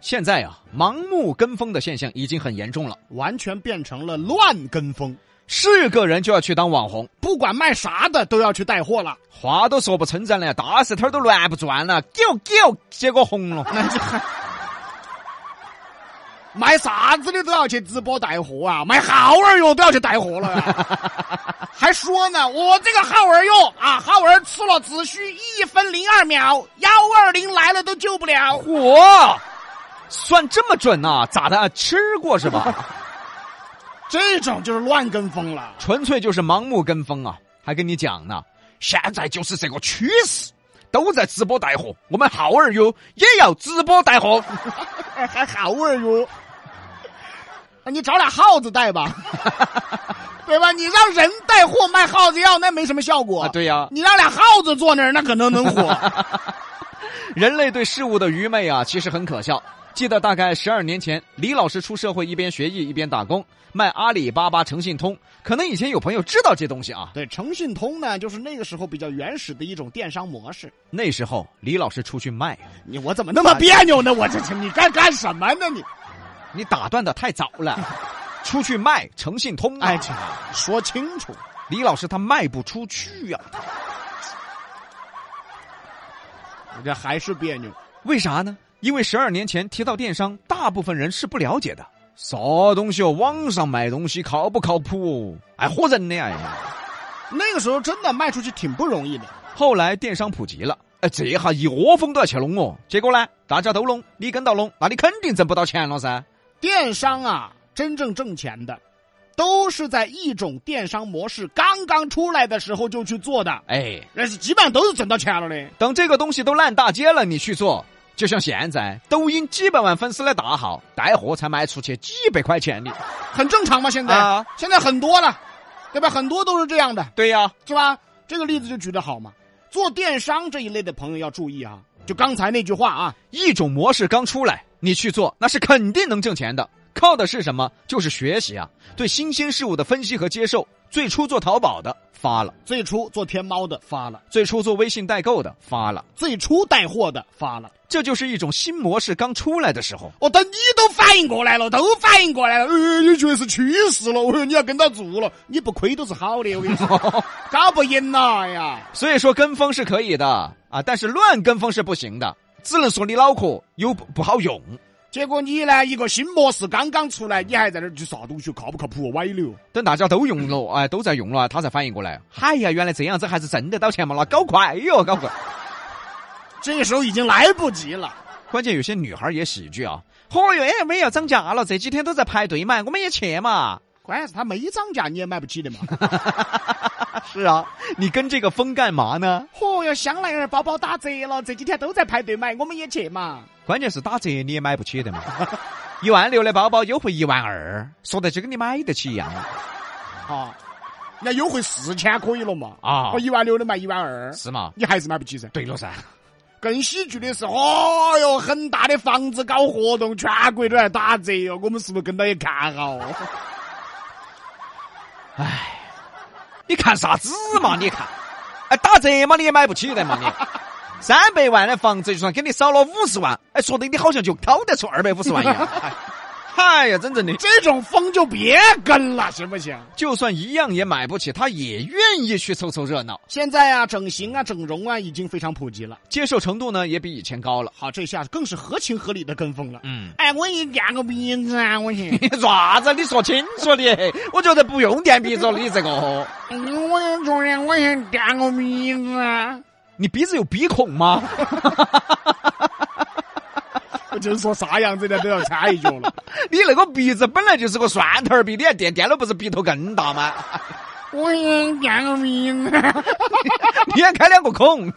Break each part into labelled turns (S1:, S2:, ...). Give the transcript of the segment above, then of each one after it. S1: 现在啊，盲目跟风的现象已经很严重了，
S2: 完全变成了乱跟风，
S1: 是个人就要去当网红，
S2: 不管卖啥的都要去带货了。
S1: 话都说不称赞了，大石头都乱不转了，狗狗，结果红了。
S2: 那这还卖啥子的都要去直播带货啊，卖耗儿药都要去带货了、啊， 还说呢，我这个耗儿药啊，耗儿吃了只需一分零二秒，幺二零来了都救不了。
S1: 嚯，算这么准呐、咋的？啊吃过是吧？
S2: 这种就是乱跟风了。
S1: 纯粹就是盲目跟风啊！还跟你讲呢，现在就是这个趋势，都在直播带货，我们耗儿哟也要直播带货。
S2: 还好味儿哟。那 你找俩耗子带 吧，对吧？你让人带货卖耗子药，那没什么效果。
S1: 啊，对呀、
S2: 你让俩耗子坐那儿，那可能能火。
S1: 人类对事物的愚昧啊，其实很可笑。记得大概十二年前，李老师出社会，一边学艺一边打工，卖阿里巴巴、诚信通。可能以前有朋友知道这东西啊。
S2: 对，诚信通呢，就是那个时候比较原始的一种电商模式。
S1: 那时候李老师出去卖，
S2: 你我怎么那么别扭呢？我这这你干干什么呢你？
S1: 你打断的太早了。出去卖诚信通、啊，
S2: 哎，这说清楚，
S1: 李老师他卖不出去啊呀、
S2: 我这还是别扭。
S1: 为啥呢？因为十二年前提到电商，大部分人是不了解的。啥东西哦？网上卖东西靠不靠谱？哎，唬人的哎呀！
S2: 那个时候真的卖出去挺不容易的。
S1: 后来电商普及了，哎，这一下一窝蜂都要去弄哦。结果呢，大家都弄，你跟到弄，那你肯定挣不到钱了噻。
S2: 电商啊，真正挣钱的，都是在一种电商模式刚刚出来的时候就去做的，
S1: 哎，
S2: 那是基本上都是挣到钱了的。
S1: 等这个东西都烂大街了，你去做，就像现在抖音几百万粉丝的大号，带货才卖出去几百块钱的。
S2: 很正常嘛。现在、
S1: 啊
S2: 现在很多了，对吧？很多都是这样的，
S1: 对呀、
S2: 是吧？这个例子就举得好嘛。做电商这一类的朋友要注意啊，就刚才那句话啊，
S1: 一种模式刚出来，你去做，那是肯定能挣钱的。靠的是什么？就是学习啊，对新鲜事物的分析和接受。最初做淘宝的发了，
S2: 最初做天猫的发了，
S1: 最初做微信代购的发了，
S2: 最初带货的发了。
S1: 这就是一种新模式刚出来的时候。
S2: 哦，等你都反应过来了，都反应过来了，呃，你觉得是趋势了，我说你要跟到做了，你不亏都是好的，我跟你说，搞不赢呐哎呀！
S1: 所以说跟风是可以的啊，但是乱跟风是不行的，只能说你脑壳有不不好用。
S2: 结果你呢，一个新模式刚刚出来，你还在那儿去啥东西靠不靠谱歪流？
S1: 等大家都用了，哎，都在用了，他才反应过来，嗨呀，原来这样子还是挣得到钱嘛，那搞快哟， 搞快！
S2: 这个时候已经来不及了。
S1: 关键有些女孩也喜剧啊，嚯哟，哎，没有涨价了，这几天都在排队买，我们也去嘛。
S2: 关键是它没涨价，你也买不起的嘛。
S1: 是啊，你跟这个风干嘛呢？
S2: 嚯哦哟，香奈儿包包打折了，这几天都在排队买，我们也去嘛。
S1: 关键是打折你也买不起的 嘛，一万六的包包优惠一万二，说的就跟你买得起一样
S2: 啊，那优惠四千可以了嘛？
S1: 啊
S2: 我，一万六的卖一万二，
S1: 是嘛？
S2: 你还是买不起噻。
S1: 对了噻，
S2: 更喜剧的是，哦哟，很大的房子搞活动，全国都在打折哟，我们是不是跟到也看 好？
S1: 你看啥子嘛？你看，哎，打折嘛你也买不起的嘛你。三百万的房子就算给你少了五十万，哎，说的你好像就掏得出二百五十万一样。哎哎呀，真正的，
S2: 这种风就别跟了，行不行？
S1: 就算一样也买不起，他也愿意去凑凑热闹，
S2: 现在啊，整形啊、整容啊，已经非常普及了。
S1: 接受程度呢也比以前高了。
S2: 好，这下更是合情合理的跟风了。
S1: 嗯，
S2: 哎，我也垫个鼻子啊，我 去，
S1: 你啥子？你说清楚的，我觉得不用垫鼻子了，你这个。
S2: 哎呀我也昨天我也垫个鼻子啊。
S1: 你鼻子有鼻孔吗？
S2: 我就是说啥样子的都要掺一脚了。
S1: 你那个鼻子本来就是个蒜头儿鼻，你还垫垫了不是鼻头更大吗？
S2: 我也垫个鼻子啊，
S1: 你还开两个孔，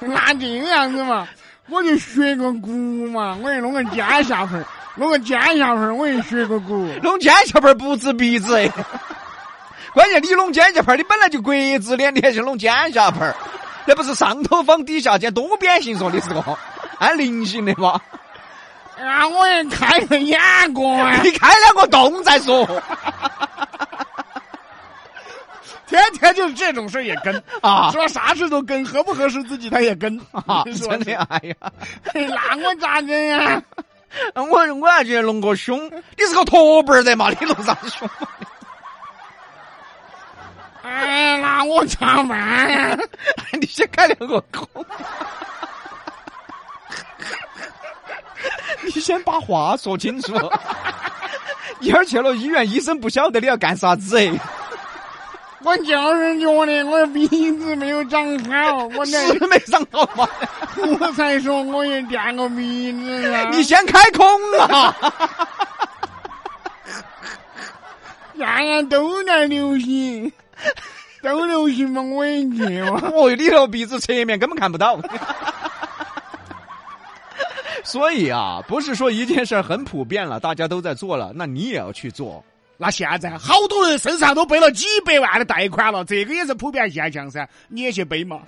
S2: 那这个样子嘛，我就学个鼓嘛，我也弄个尖下盆儿，弄个尖下盆儿，我也学个鼓。
S1: 弄尖下巴儿不止鼻子哎。关键你弄尖下巴儿，你本来就国字脸，你还去弄尖下巴儿，那不是上头方底下尖多边形说你是个按菱形的吗？
S2: 啊，我也开个眼光啊。
S1: 你开两个洞再说。
S2: 天天就是这种事儿也跟
S1: 啊
S2: 说啥事都跟，合不合适自己他也跟
S1: 啊，
S2: 是吧
S1: 真的，哎呀，
S2: 那我咋啊跟呀？
S1: 我我还觉得龙哥凶，你是个驼背儿的嘛，你弄啥子凶？
S2: 哎，那我咋办啊呀？
S1: 你先改良个口，你先把话说清楚。一会儿去了医院，医生不晓得你要干啥子哎，
S2: 我就是觉得我鼻子没有长好，我那
S1: 是没上好吗？
S2: 我才说我也垫个鼻子 啊！
S1: 你先开空啊！
S2: 大家都在流行， 都流行嘛，我也去嘛。
S1: 哦，你那鼻子侧面根本看不到。所以啊，不是说一件事儿很普遍了，大家都在做了，那你也要去做。
S2: 那现在好多人身上都背了几百万的贷款了，这个也是普遍现象噻，你也去 背嘛？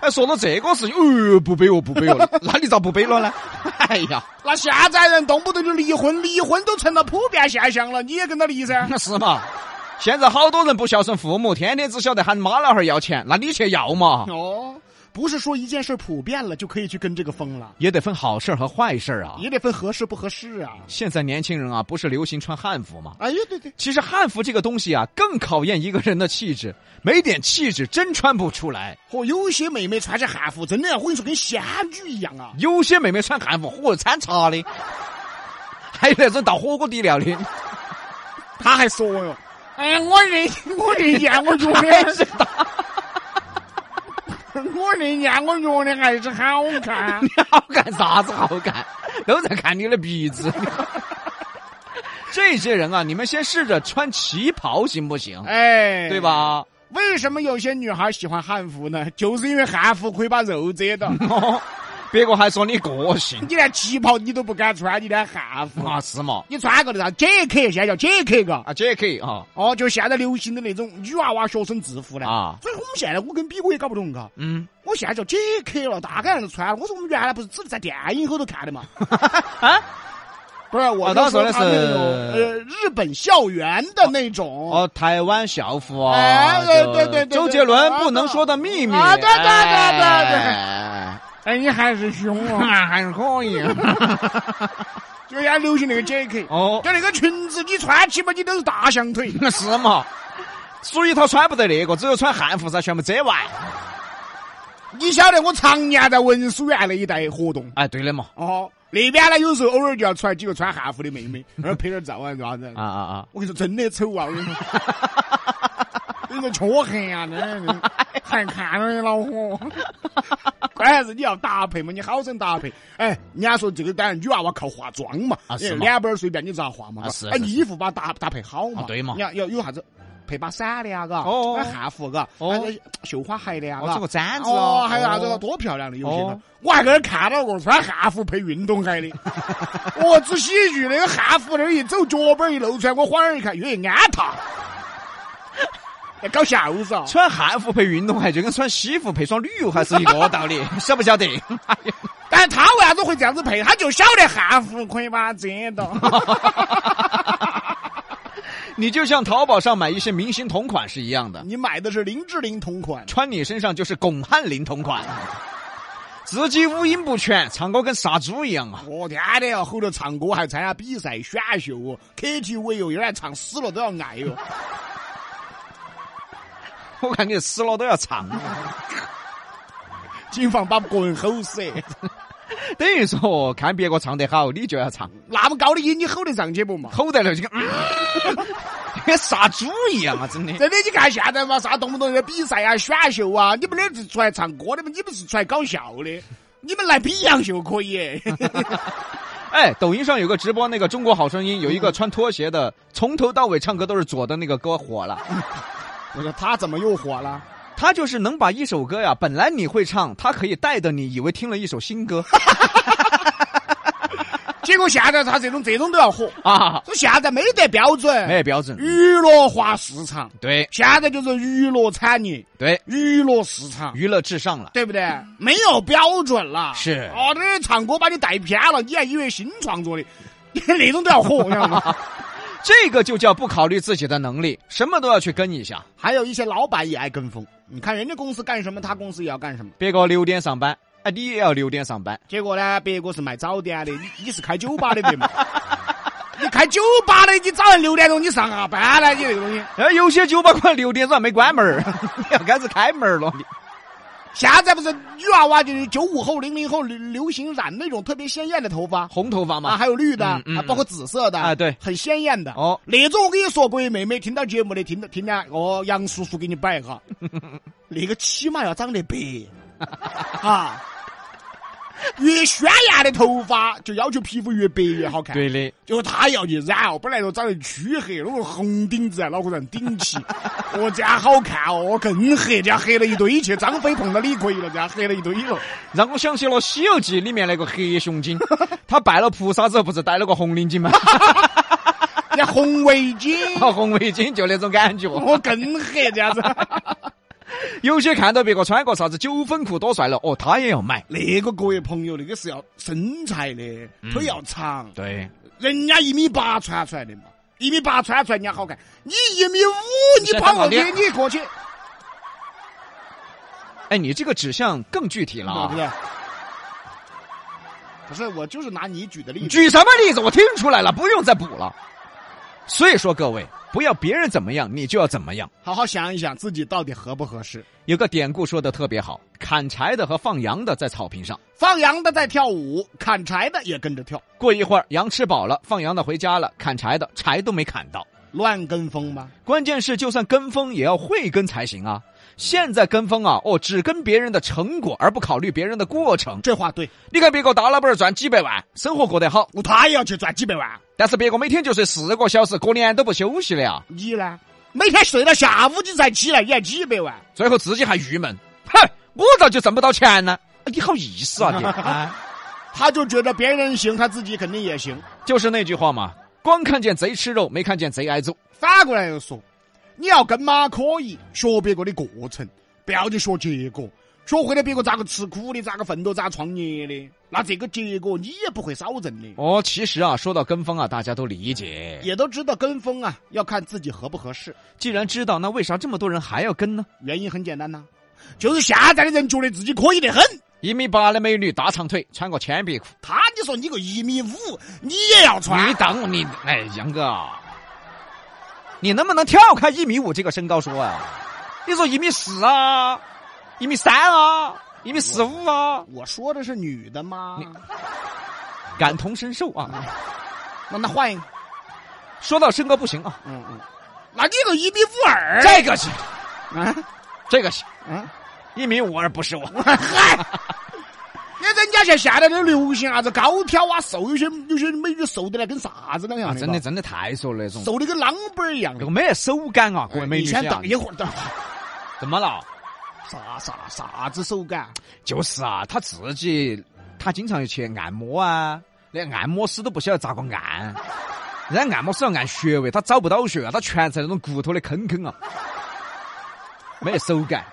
S1: 哎，说到这个事情，呃，不背哦，不背哦，那你咋不背了呢？哎呀！
S2: 那现在人动不动就离婚，离婚都成了普遍现象了，你也跟他离噻？
S1: 那是嘛？现在好多人不孝顺父母，天天只晓得喊妈老汉儿要钱，那你去要嘛？
S2: 哦，不是说一件事普遍了就可以去跟这个风了，
S1: 也得分好事儿和坏事儿啊。
S2: 也得分合适不合适啊。
S1: 现在年轻人啊，不是流行穿汉服吗？
S2: 哎呀，对对，
S1: 其实汉服这个东西啊，更考验一个人的气质，没点气质真穿不出来。
S2: 嚯，有些妹妹穿起汉服，真的我跟你说跟仙女一样啊。
S1: 有些妹妹穿汉服，嚯，掺茶的， 还有那种倒火锅底料的，
S2: 他还说我哟，哎，我那我那年我觉
S1: 还是
S2: 得，
S1: 大，
S2: 我那年我觉得还是好看。
S1: 你好干啥子好干？都在看你的鼻子。 这些人啊，你们先试着穿旗袍行不行？
S2: 哎，
S1: 对？吧？
S2: 为什么有些女孩喜欢汉服呢？就是因为汉服可以把肉遮 到，
S1: 哦，别个还说你个性，
S2: 你连旗袍你都不敢穿，你连汉服，
S1: 啊是嘛？
S2: 你穿个的啥杰克，现在叫杰克嘎。
S1: 啊，杰克啊，
S2: 哦，就现在流行的那种女娃娃学生制服呢。
S1: 啊
S2: 所以我们现在我跟比哥也搞不懂嘎。
S1: 嗯，
S2: 我现在叫杰克了，大概是穿了。我说我们原来不是只是在电影后头看的嘛？
S1: 啊，
S2: 不是，我
S1: 啊当
S2: 就
S1: 时那
S2: 他那种
S1: 是
S2: 呃日本校园的那种。
S1: 哦，台湾校服啊，
S2: 哎对对对对对
S1: 周杰伦不能说的秘密
S2: 啊对对对对对
S1: 哎
S2: 哎，你还是凶啊！
S1: 那还是可以，
S2: 就原来流行那个 JK，
S1: 哦，
S2: 就那个裙子，你穿起嘛，你都是大象腿。
S1: 是嘛？所以他穿不得那个，只有穿汉服才全部遮完。
S2: 你晓得我常年在文殊院那一带活动，
S1: 哎，对的嘛，
S2: 哦，那边呢有时候偶尔就要出来几个穿汉服的妹妹，然后拍点照啊啥子
S1: 啊。啊啊，
S2: 我跟你说，真的丑啊！我跟你说， 我跟你说缺痕啊，真 的，还看着也恼火。关键是你要搭配嘛，你好生搭配。哎，人家说这个当然女娃娃靠化妆嘛，
S1: 啊是
S2: 哎
S1: 嘛
S2: 脸板儿随便你咋化嘛，
S1: 啊
S2: 嘎
S1: 是
S2: 哎，
S1: 是
S2: 你衣服把搭搭配好嘛，
S1: 啊对嘛
S2: 你要要有啥子配把伞的啊，嘎，
S1: 哦哦
S2: 哎汉服嘎，
S1: 哦
S2: 还有绣花鞋的啊，
S1: 哦，
S2: 嘎
S1: 做个。簪子
S2: 哦，还有啥
S1: 啥
S2: 子
S1: 子
S2: 个？多漂亮的有些个
S1: 哦，
S2: 我还搁那儿看到过穿汉服配运动鞋的， 我只喜剧那个汉服那儿一走，脚板儿一露出来，我晃眼一看，哟，安踏， 要搞笑子啊！
S1: 穿汉服配运动鞋，就跟穿西服配双旅游还是一个道理， 晓不晓得？哎呀
S2: 但是他为啥子会这样子配？他就晓得汉服可以把它遮到。
S1: 你就像淘宝上买一些明星同款是一样的，
S2: 你买的是林志玲同款，
S1: 穿你身上就是巩汉林同款，自己五音不全，唱歌跟杀猪一样啊！
S2: 我天的哟，后头唱歌还参加比赛选秀哦，KTV 哟，有点唱死了都要爱哦哟。
S1: 我看你死了都要唱，
S2: 警方把个人吼死，
S1: 等于说看别个唱得好，你就要唱，
S2: 那么高的音你吼得上去不嘛？
S1: 吼在那就跟、嗯、跟杀猪一样啊！真的，
S2: 真的，你看现 在嘛，啥动不动的比赛啊、选秀啊，你们那儿是出来唱歌的嘛，你们是出来搞笑的，你们来比洋秀可 以。
S1: 哎，抖音上有个直播，那个《中国好声音》有一个穿拖鞋的，从头到尾唱歌都是左的那个歌火了。
S2: 我说他怎么又火了？
S1: 他就是能把一首歌呀，本来你会唱，他可以带的你以为听了一首新歌
S2: 结果现在他这种这种都要火，
S1: 啊，
S2: 说现在没得标准，
S1: 没有标准。
S2: 娱乐化市场，
S1: 对
S2: 现在就是娱乐产业、
S1: 对，
S2: 娱乐市场。
S1: 娱乐至上了。
S2: 对不对？没有标准了，
S1: 是
S2: 哦， 这唱歌把你带偏了，你还以为新创作的，那种都要火，你知道吗？
S1: 这个就叫不考虑自己的能力，什么都要去跟一下。
S2: 还有一些老板也爱跟风，你看人家公司干什么，他公司也要干什么。
S1: 别个六点上班，哎，你也要六点上班。
S2: 结果呢，别个是卖早点的，你你是开酒吧的对吗？ 你开酒吧的，你早上六点钟你上啥班呢？你这个东西，
S1: 哎，有些酒吧可能六点钟还没关门儿， 你要开始开门儿了。
S2: 现在不是女娃娃就是九五后、零零后流流行染那种特别鲜艳的头发
S1: 红头发
S2: 啊，
S1: 嘛，
S2: 还有绿的、
S1: 嗯嗯
S2: 啊，包括紫色的
S1: 啊对
S2: 很鲜艳的。
S1: 哦，
S2: 那种我跟你说，各位妹妹听到节目的，听到听到哦，杨叔叔给你摆一 下，那个起码要长得白 啊，越鲜艳的头发就要求皮肤越白越好看。，
S1: 对的，
S2: 就他要去染哦，本来都长得黢黑，弄个红顶子在脑壳上顶起， 哦，这样好看哦，更黑，这样黑了一堆去。张飞碰到李逵了，这样黑了一堆了。
S1: 让我想起了《西游记》里面那个黑熊精， 他拜了菩萨之后不是戴了个红领巾吗？
S2: 那红围巾，
S1: 红围巾就那种感觉。
S2: 我更黑这样子。
S1: 有些看到别个穿个啥子九分裤多帅了，哦，他也要买。
S2: 那个各位朋友，那个是要身材的，腿要长，
S1: 对，
S2: 人家一米八穿出来的嘛，一米八穿出来人家好看。你一米五，你跑过去，你过去，
S1: 哎，你这个指向更具体了
S2: 对不
S1: 啊！
S2: 对？不是，我就是拿你举的例子。
S1: 举什么例子？我听出来了，不用再补了。所以说，各位不要别人怎么样，你就要怎么样。
S2: 好好想一想自己到底合不合适。
S1: 有个典故说的特别好：砍柴的和放羊的在草坪上。
S2: 放羊的在跳舞，砍柴的也跟着跳，
S1: 过一会儿，羊吃饱了，放羊的回家了，砍柴的柴都没砍到。
S2: 乱跟风吗？
S1: 关键是，就算跟风也要会跟才行啊！现在跟风啊，哦，只跟别人的成果，而不考虑别人的过程。
S2: 这话对，
S1: 你看别个大老板儿赚几百万，生活过得好，
S2: 我他也要去赚几百万，
S1: 但是别个每天就睡四个小时，过年都不休息的呀，
S2: 你呢？每天睡到下午你才起来，你还几百万？
S1: 最后自己还郁闷，哼，我咋就挣不到钱呢？你好意思 啊你啊！
S2: 他就觉得别人行，他自己肯定也行。
S1: 就是那句话嘛，光看见贼吃肉，没看见贼挨揍。
S2: 反过来又说，你要跟嘛可以学别个的过程，不要去学结果。学会了别个咋个吃苦的，咋个奋斗，咋个创业的，那这个结果你也不会少挣的。
S1: 哦，其实啊，说到跟风啊，大家都理解。
S2: 也都知道跟风啊，要看自己合不合适。
S1: 既然知道，那为啥这么多人还要跟呢？
S2: 原因很简单呐、就是现在的人觉得自己可以得很。
S1: 一米八的美女，大长腿，穿个铅笔裤。
S2: 他你说你个一米五，你也要穿
S1: 你？当你哎，杨哥，你能不能跳开一米五这个身高说啊？你说一米四啊，一米三啊，一米四五啊，
S2: 我说的是女的吗？
S1: 感同身受啊！
S2: 那那换一个，
S1: 说到身高不行啊，
S2: 嗯嗯，那你个一米五二，
S1: 这个行，
S2: 啊
S1: 这个行，
S2: 啊！
S1: 一米五二不 是我。
S2: 那人家像现在都流行啥子高挑啊，瘦，有些有些美女瘦的来跟啥子两样
S1: 啊真的
S2: 吧
S1: 真的太瘦了那种，
S2: 瘦的跟狼狈儿一样
S1: 这。个没得手感啊，各位美
S2: 你
S1: 女
S2: 先
S1: 这样
S2: 等一会儿，等
S1: 怎么了？
S2: 啥啥啥子手感？
S1: 就是啊，他自己他经常去按摩啊，连按摩师都不晓得咋个按。人家按摩师要按穴位，他找不到穴位，他全是那种骨头的坑 坑啊，没得手感，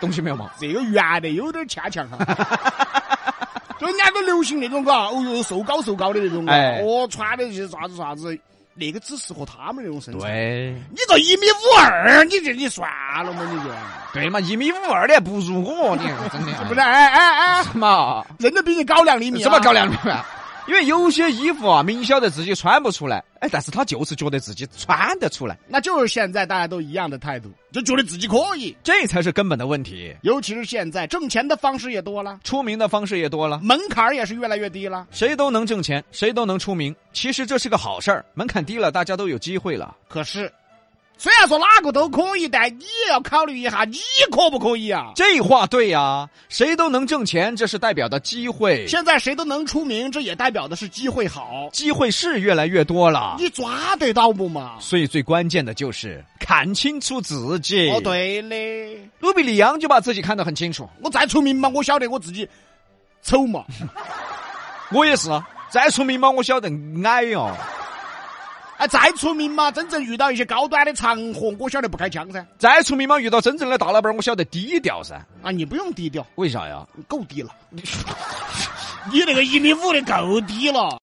S1: 懂起没有嘛？
S2: 这个原的有点牵强哈。 就人家都流行那种嘎，哦哟，瘦高瘦高的那种嘎
S1: 哎，
S2: 哦，穿的是啥子啥子，那个只适合他们那种身材。
S1: 对，
S2: 你个一米五二，你这你算了嘛？你这
S1: 对嘛，一米五二的不如我，你真的
S2: 不是？哎哎哎，
S1: 嘛？
S2: 人家比你高两厘米、啊，
S1: 什么高？粱米饭？因为有些衣服啊，明晓得自己穿不出来，哎，但是他就是觉得自己穿得出来，
S2: 那就是现在大家都一样的态度，就觉得自己可以。
S1: 这才是根本的问题。
S2: 尤其是现在挣钱的方式也多了，
S1: 出名的方式也多了。
S2: 门槛儿也是越来越低了。
S1: 谁都能挣钱，谁都能出名。其实这是个好事儿，门槛低了，大家都有机会了。
S2: 可是，虽然说哪个都可以，但你也要考虑一下，你可不可以啊？
S1: 这话对呀、谁都能挣钱，这是代表的机会，
S2: 现在谁都能出名，这也代表的是机会好，
S1: 机会是越来越多了。
S2: 你抓得到不嘛？
S1: 所以最关键的就是看清楚自己。
S2: 哦，，对嘞，
S1: 卢比里昂就把自己看得很清楚。
S2: 我再出名嘛，我晓得我自己丑 嘛，
S1: 我也是啊，再出名嘛，我晓得矮哦。
S2: 哎，再出名嘛，真正遇到一些高端的场合，我晓得不开腔噻。
S1: 再出名嘛，遇到真正的大老板，我晓得低调噻。
S2: 啊，你不用低调，
S1: 为啥呀？
S2: 够低了，你那个一米五的够低了。